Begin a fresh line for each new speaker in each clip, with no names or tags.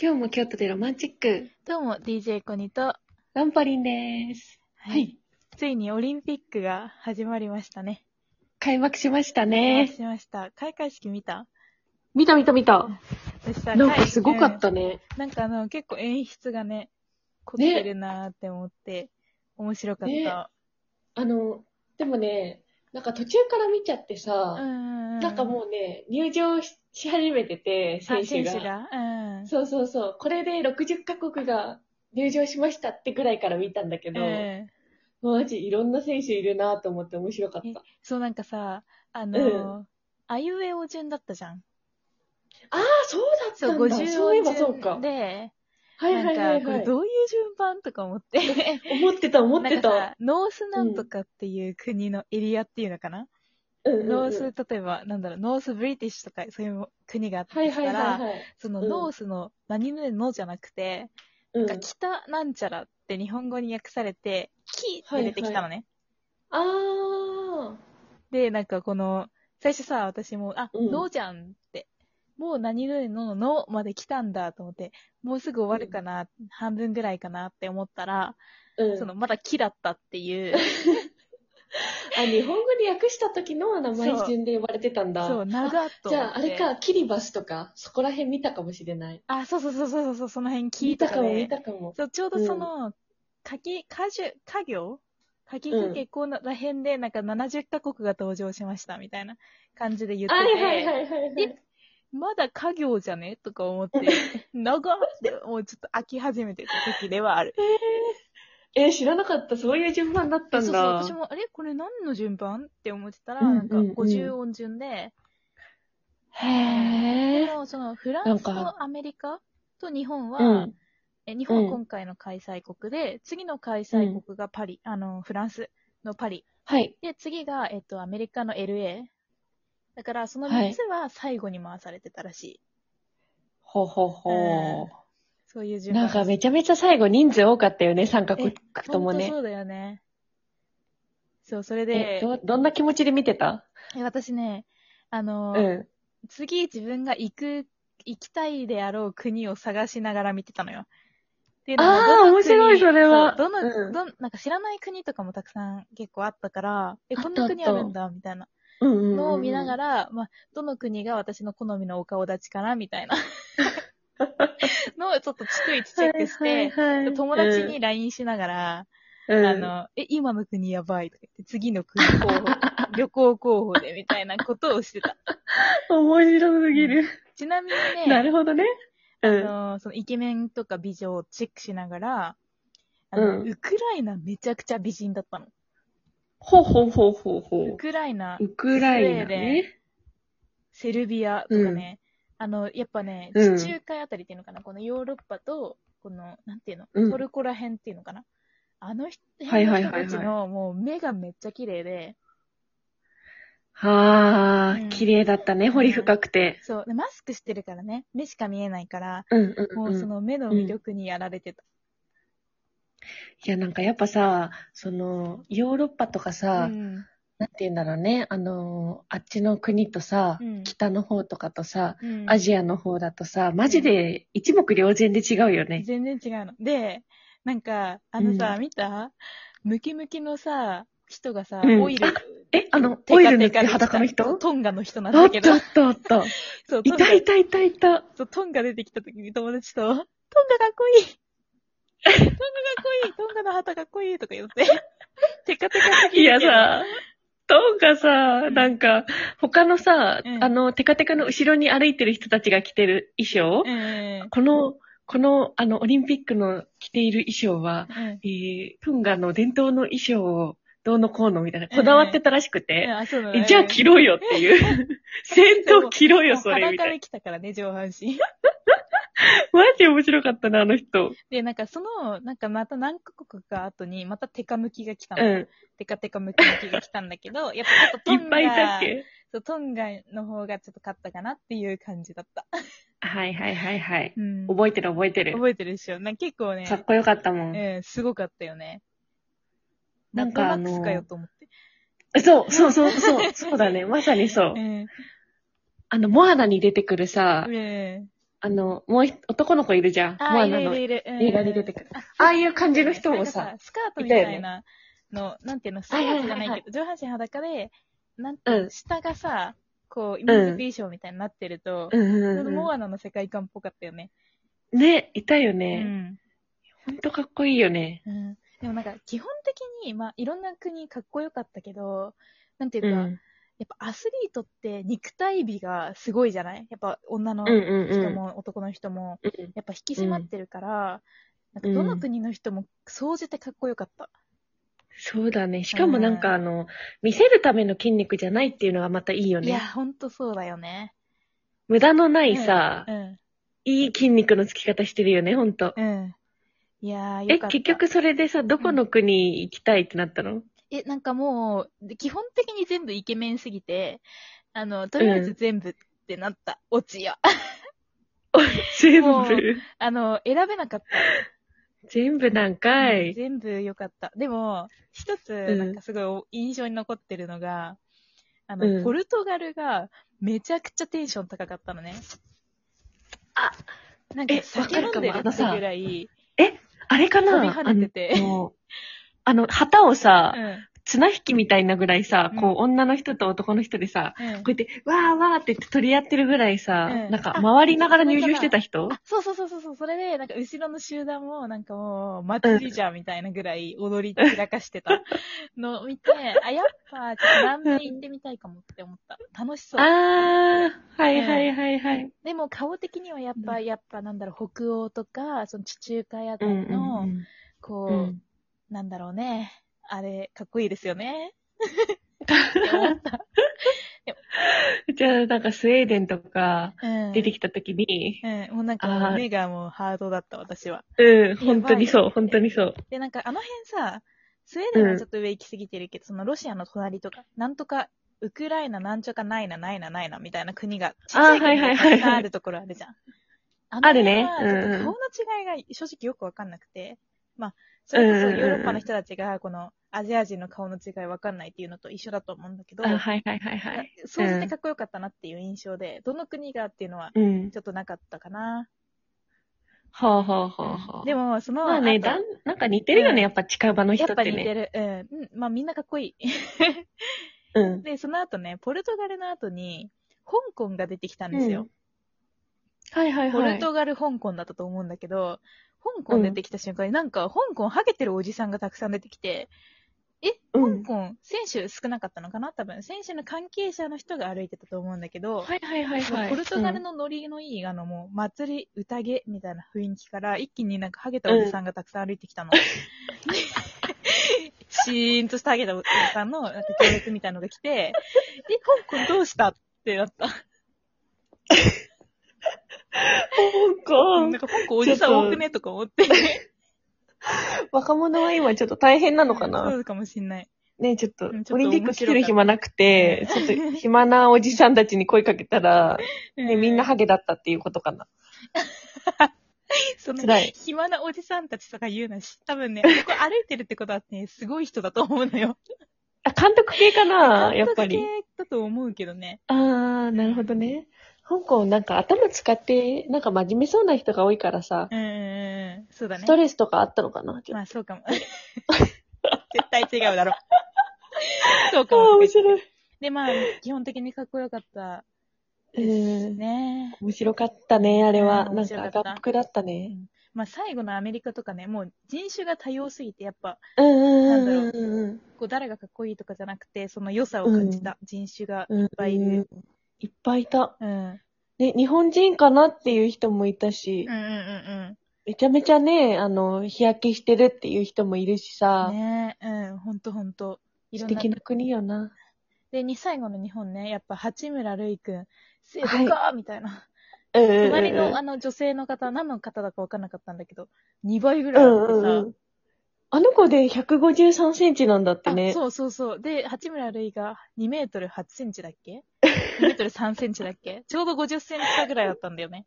今日も京都でロマンチック、
どうも、DJ コニと、
ランパリンです。はい。
ついにオリンピックが始まりましたね。
開幕しました
え
ね。
しました。開会式見た
見た見た見た。
でした。
なんかすごかったたね。
なんかあの、結構演出がね、凝ってるなーって思って、面白かった。
あの、でもね、なんか途中から見ちゃって
う
さ、
ん。
なんか
う、
もうね、入場しし始めてて、選
選
手
手
が。
が。うん。
そうそうそう。これで60カ国が入場しましたってぐらいから見たんだけど、
うん
マジいろんな選手いるなと思って面白かった。
そう、なんかさ、あのー、あゆえお順だったじゃん。
ああ、そうだった
そう、
んだ。そういえ
50
ば
音
そうか
順。で、
はいはいは
なん
い、
か、こ
は
れ
い。
どういう順番とか思って。
思ってた思っ
なん
て
か
た。
さ、ノースなんとかっていう国のエリアっていうのかな、
うんうんうん
ノース、例えば、なんだろう、ノースブリティッシュとか、そういう国があった
はい
り
は
し
い
たら、
はいはい。
その
うん
ノースの何々のじゃなくて、
うん
なんか北なんちゃらって日本語に訳されて、キって出てきたのね。
あ
で、なんかこの、最初さ、私も、あ、
うん
の、じゃんって。もう何々ののまで来たんだと思って、もうすぐ終わるかな、半分ぐらいかなって思ったら、
ー、うん、
その、まだ木だったっていう。
あ日本語に訳した時の名前順で呼ばれてたんだ
そう、
あ
長っと
じ
思
ゃ
っ
ああ
て
れかキリバスとかそこら辺見たかもしれない
あ、そうそうそうそうそう、その辺聞
見
いた
た
か
かも見
ね。
たかも
そう、ちょうどその、かき、果樹、家業かきかけこのら辺で、なんか70カ国が登場しました、みたいな感じで言ってて、
はいはいはいはいはい
でまだ家業じゃねとか 思って、長っって、もうちょっと飽き始めてた時ではある。
えー知らなかったそういう順番だったんだ
そうそう、私も、あれこれ何の順番って思ってたら、
うんうん
なんか50音順で、
へ
で
え
も、その、フラ
なん
ンス
か
とアメリカと日本は、
うん
え日本
うん
は今回の開催国で、次の開催国がパリ、あの、フランスのパリ。
はい
で、次が、えっと、アメリカの LA。だから、その
はい
3つは最後に回されてたらしい。
ほうほうほ
そういう
う
順番。
なんかめちゃめちゃ最後人数多かったよね参加国
え
とも
ほん
ね
そうだよね。そう、それ
え
で、
どどんな気持ちで見てた
え私ね、あの、
うん
次自分が行く、行きたいであろう国を探しながら見てたのよ。っていうのも
あー
ど
面
の国
白いそれは
そうどの、
うん
どん、なんか知らない国とかもたくさん結構あったから、え、
あった
こんな国あるんだ、みたいな
うんうん
のを見なが
ら
ら、まあ、どの国が私の好みのお顔立ちかな、み たいなのをちょっと逐一チェックして、友達に LINE しながら、あの、え、今の国やばいとか言って、次の国候 補、旅行候補でみたいなことをしてた。
面白すぎる。
ちなみにね、
なるほどね。う
あ
ん。
の、そのイケメンとか美女をチェックしながら、あの、
うん
ウクライナめちゃくちゃ美人だったの。
ほうほうほうほうほ
ウ
う。
クライナ、
ウクライナね。
セルビアとかね、あの、やっぱね、
うん
地中海あたりっていうのかな、このヨーロッパと、この、なんていうの、
うん
トルコら辺っていうのかな。あの人
はい
辺
は
の
いはいはい
人たちの、もう目がめっちゃ綺麗で、
はあ
う、ん
綺麗だったね、彫り深くて。
そう、でマスクしてるからね、目しか見えないから、
うんうん、
も
う。
うんその目の魅力にやられてた。
いや、なんかやっぱさ、その、ヨーロッパとかさ、
うん
なんて言うんだろうね、あのー、あっちの国とさ、
うん
北の方とかとさ、
うん
アジアの方だとさ、マジで一目瞭然で違うよね。
全然違うの。で、なんか、あのさ、見たムキムキのさ、人がさ、
うん
オイル、
え、あの、
テ
オイ
カ
ル塗っ
テカ
て
で来た
裸の人
トンガの人なん
あ
だ
っ
け
た
ど
あ、ったあった。
そう、ト
い
ンガ
た、いたいたいた。
そうトンガ出てきた時に友達と、トンガかっこいいトンガかっこいいトンガの旗かっこいいとか言って、テカテカすぎ
いや
るけど、
さ、トンがさ、
うん
なんか、他のさ、
うん
あの、テカテカの後ろに歩いてる人たちが着てる衣装、
うんうん
この、この、あの、オリンピックの着ている衣装は、
うん。
えー、トンガの伝統の衣装をどうのこうのみたいな、こだわってたらしく
うん、
て、
あ、そうな
えじゃあ着ろよっていう。 戦闘着ろ
ろ
よ、それ、みた
裸
いな。
で来たからね、上半身。
マジ面白かったな、あの人。
で、なんかその、なんかまた何カ国か後に、またテカムキが来た
う
の。
ん。
テカテカムキムキが来たんだけ ど、やっぱちょっとト
い
ン
っ
ガ、
ぱいいたっけ
そうトンガの方がちょっと勝ったかなっていう感じ だった。
はいはいはいはい。
うん、覚
覚えてる覚えて
え
る。
てるでしょなんか結構ね、
かっこよかったもん。
うん、すごかったよね。
なんか
マッドマックスか
あ
よ
の
と思って。
そう、そうそうそう、そうだね。まさにそう
う。ん。
あの、モアナに出てくるさ
う、ん。
あの、もうひ男の子いるじゃん。
あ
モ
あ、
ア
い
ナの
るいるいる。うん
映画に出てくる。ああいう感じの人も
なん
さ
か、スカートみたいなの、なんていうの、スカートじゃな
はい
い
はいはい
けど、上半身裸で、なん
うん
下がさ、こう、水着衣装みたいになってる
う
と、
ん
ちょ
う
うんど
うん
モアナの世界観っぽかったよね。
ね、いたよ
う
ね。
ん。
ほんとかっこいいよね。
うん。でもなんか、基本的に、まあ、いろんな国かっこよかったけど、なんていう
う
か、
ん。
やっぱアスリートって肉体美がすごいじゃないやっぱ女の
うんうんうん。
人も、男の人も、
うん
やっぱ引き締まってるから、なんかどの国の人も総じてかっこよかった。
そうだね。しかもなんかあの、見せるための筋肉じゃないっていうのがまたいいよ
いや、
ね。
ほんとそうだよね。
無駄のないさ
う、ん。
いい筋肉のつき方してるよね、ほんと。
うん。いやー、
え、
よかった。
結局それでさ、どこの国行きたいってなったの
え、なんかもう、で基本的に全部イケメンすぎて、あの、とりあえず全部ってなった、オチや。
全
もう
部。
あの、選べなかっ
全部なん
た。
か
うん
い。
全部良かった。でも、一つ、
ん
なんかすごい印象に残ってるのが、あの、
うん
ポルトガルがめちゃくちゃテンション高かったのね。
あ、
なんか
え
酒飲んでる
わかるかもあ
って
のさ
ぐらい、
あれかな
飛び跳ねてて
あの、あの旗をさ、
うん、
綱引きみたいなぐらいさ、
うん
こう、女の人と男の人でさ、
う
こ
ん
うやって、わーわーって言って取り合ってるぐらいさ、
うん
なんか
あ
回りながら入場してた人
あ、そうそうそうそうそう、それで、なんか後ろの集団も、なんかもう、祭りじゃんみたいなぐらい踊り散らかしてたのを見て、あ、やっぱ、ちょっと南米行ってみたいかもって思った。楽しそう。
あー、はいはいはいはい。
でも顔的にはやっぱ、
う
やっぱなんだろう、北欧とか、その地中海あた
うんう
りの、
ん
こ
う
う、
んう ん。
なんだろうね。あれ、かっこいいですよ ね。って思った。
じゃあ、なんかスウェーデンとか
うん。
出てきた時に、
うん、もうなんか
あ
もう
ー
目がもうハードだった、私は。
うん、
ばい
本当にそう、本当にそう。
で、なんかあの辺さ、スウェーデン
う
は
ん
ちょっと上行き過ぎてるけど、そのロシアの隣とか、なんとか、ウクライナなんちゃかないなないなないなみたいな国が、ちっちゃい
は
国が
いはいはいはい
たくさんあるところあるじゃん。あ
あるね
の辺は
うんうん
ちょっと顔の違いが正直よくわかんなくて、まあ、それこそ
うんうんうん
ヨーロッパの人たちが、このアジア人の顔の違いわかんないっていうのと一緒だと思うんだけど、
あ、はいはいはいはい。
そうしてかっこよかったなっていう印象で、どの国がっていうのは
うん。
ちょっとなかったかな。
はあはあはあはあ。
でも、その、
まあね、
後
だん、なんか似てるよ
うん
ね、やっぱ近場の
や
人
っ
っ
ぱ
て
似て
ね。
る。うん。うんまあみんなかっこいい。
うん。
で、その後ね、ポルトガルの後に、香港が出てきたんですよ。
はいはいはい。
ポルトガル、香港だったと思うんだけど、香港出てきた瞬間に、なんか、香港ハゲてるおじさんがたくさん出てきて、え、香
うん
港、選手少なかったのかな多分、選手の関係者の人が歩いてたと思うんだけど、
はいはいはいはい。
ポルトガル
うん
のノリのいい、あの、もう、祭り、宴みたいな雰囲気から、一気になんか、ハゲたおじさんがたくさん歩いてき たの。シーンとしたハゲたおじさんの、なんか、行列みたいのが来て、え、香港どうしたってなった。なん
香
か、香港おじさん多くねとか思って。
港、若者は今ちょっと大変なのかな
そうかもしんない。
ねちょっと
うんちょっと
オリンピック来てる暇なくて、ちょっと暇なおじさんたちに声かけたら、ね、みんなハゲだったっていうことかな。
その
辛い
暇なおじさんたちとか言うなし、多分ね、ここ歩いてるってことはね、すごい人だと思うのよ。
あ、監督系かなやっぱり
監。督系だと思うけどね。
あー、なるほどね。香港なんか頭使って、なんか真面目そうな人が多いからさ、
うんうんうん。そうだね
ス。トレスとかあったのかなちょっ
まあそうか も。絶対違うだろ。そうか
とあー、
も
面。白い。
で、まあ、基本的にかっこよかった
う
です
ん。
ね。
面白かったね、あれは。
うん
な
面
んか
白かった
赤っぽくだったね。
まあ最後のアメリカとかね、もう人種が多様すぎて、やっぱ、
うんうん
なん
うんうんうん。
こう誰がかっこいいとかじゃなくて、その良さを感じた人種が。
いっ
ぱいいる。
いっぱいいた。
うん。うん
ね、日本人かなっていう人もいたし、
うんうん
めちゃめちゃね、あの、日焼けしてるっていう人もいるし
うん。
さ、
ねえ、うん、ほんとほんと。い
素
ろんな
敵。な国よな。
で、に最後の日本ね、やっぱ八村塁くん、せ
はい
ーかみたいな。
うんうんうん
隣のあの女性の方、何の方だか分かんなかったんだけど、2倍ぐ
う
らいあ
ん
って
う
さ、
んうん。あの子で153センチなんだってね。
あそうそうそう。で、八村塁が2メートル8センチだっ け ?2 メートル3センチだっけちょうど50センチ差ぐらいだったんだよね。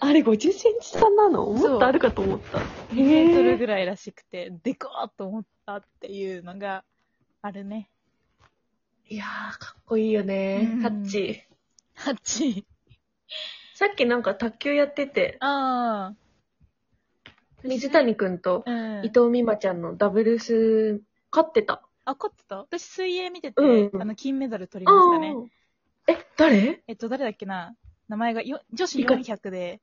あれ50センチ差なのもっとあるかと思った。
2メートル
へえ。
ぐらいらしくて、でかーっと思ったっていうのがあるね。
いやー、かっこいいよね
う。ん
ハッチ。
8。
さっきなんか卓球やってて、
あー
水谷くんと
あ。うん。
伊藤美誠ちゃんのダブルス、勝ってた。
あ、勝ってた私水泳見てて、
うん
あの、金メダル取りましたね。
あーえ、誰
えっと、誰だっけな名前がよ、女子
リカ
400で、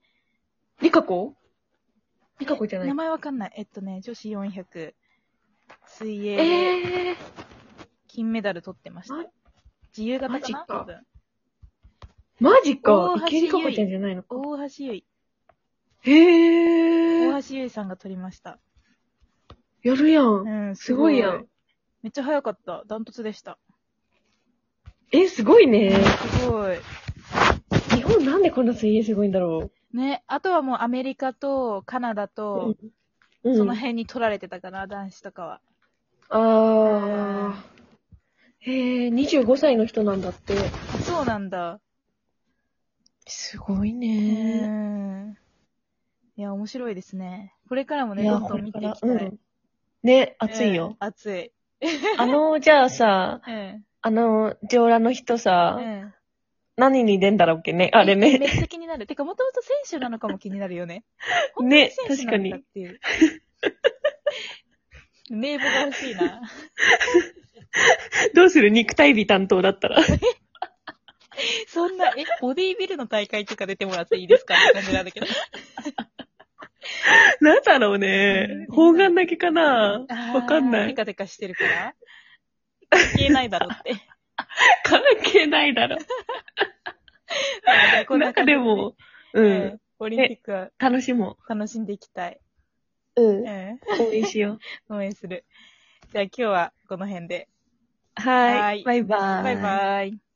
リカ子リカ子じゃない
名。前わかんない。えっとね、女子400、水泳で
えー、
金メダル取ってました。
あ
自由形
マ
か
ジ
な
か
多分。
マジか
大橋。
池江璃花子ちゃんじゃないのか。
大橋ゆい。
へえ
大
ー、
橋ゆいさんが取りました。
やるやん。
うん、
すごいやん。
めっちゃ早かった。ダントツでした。
え、すごいね。
すごい。
日本なんでこんな水泳すごいんだろ
ね、あとはもうアメリカとカナダ
う。
と、
うん
その辺に取られてたかな、男子とかは。
ああ。へえ、25歳の人なんだって。
そうなんだ。
すごいうね。
ん。いや、面白いですね。これからもね、
いや
どんどん見ていきたい。
これからうんね、熱いよ。
うん。熱い。
あの、じゃあさ、
うん。
あの、上羅の人さ、
うん。
何に出んだろうっけね。あれ
えめ
ね。
っちゃ気になる。てか、もともと選手なのかも気になるよね。
ね、確
本当
か
選手な
に
のっ。ていう。 名簿が欲しいな。
どうする肉体美担当だった ら。
そんな、え、ボディービルの大会とか出てもらっていいですかって感じなんだけど。
なんだろうね。方眼だけかな わかん
あー
な
テ
い。
カテカしてるから関係ないだろ って。
関係ない だろ。
こん
なん
感
か
じ
でも、
う、
うんん。
オリンピックは
楽しも
楽しんでいきたい。
う。
う。
うん応援しよう。
応援する。じゃあ今日はこの辺で。
は
は
ー
い
い。バイバーイ。
バイバイ。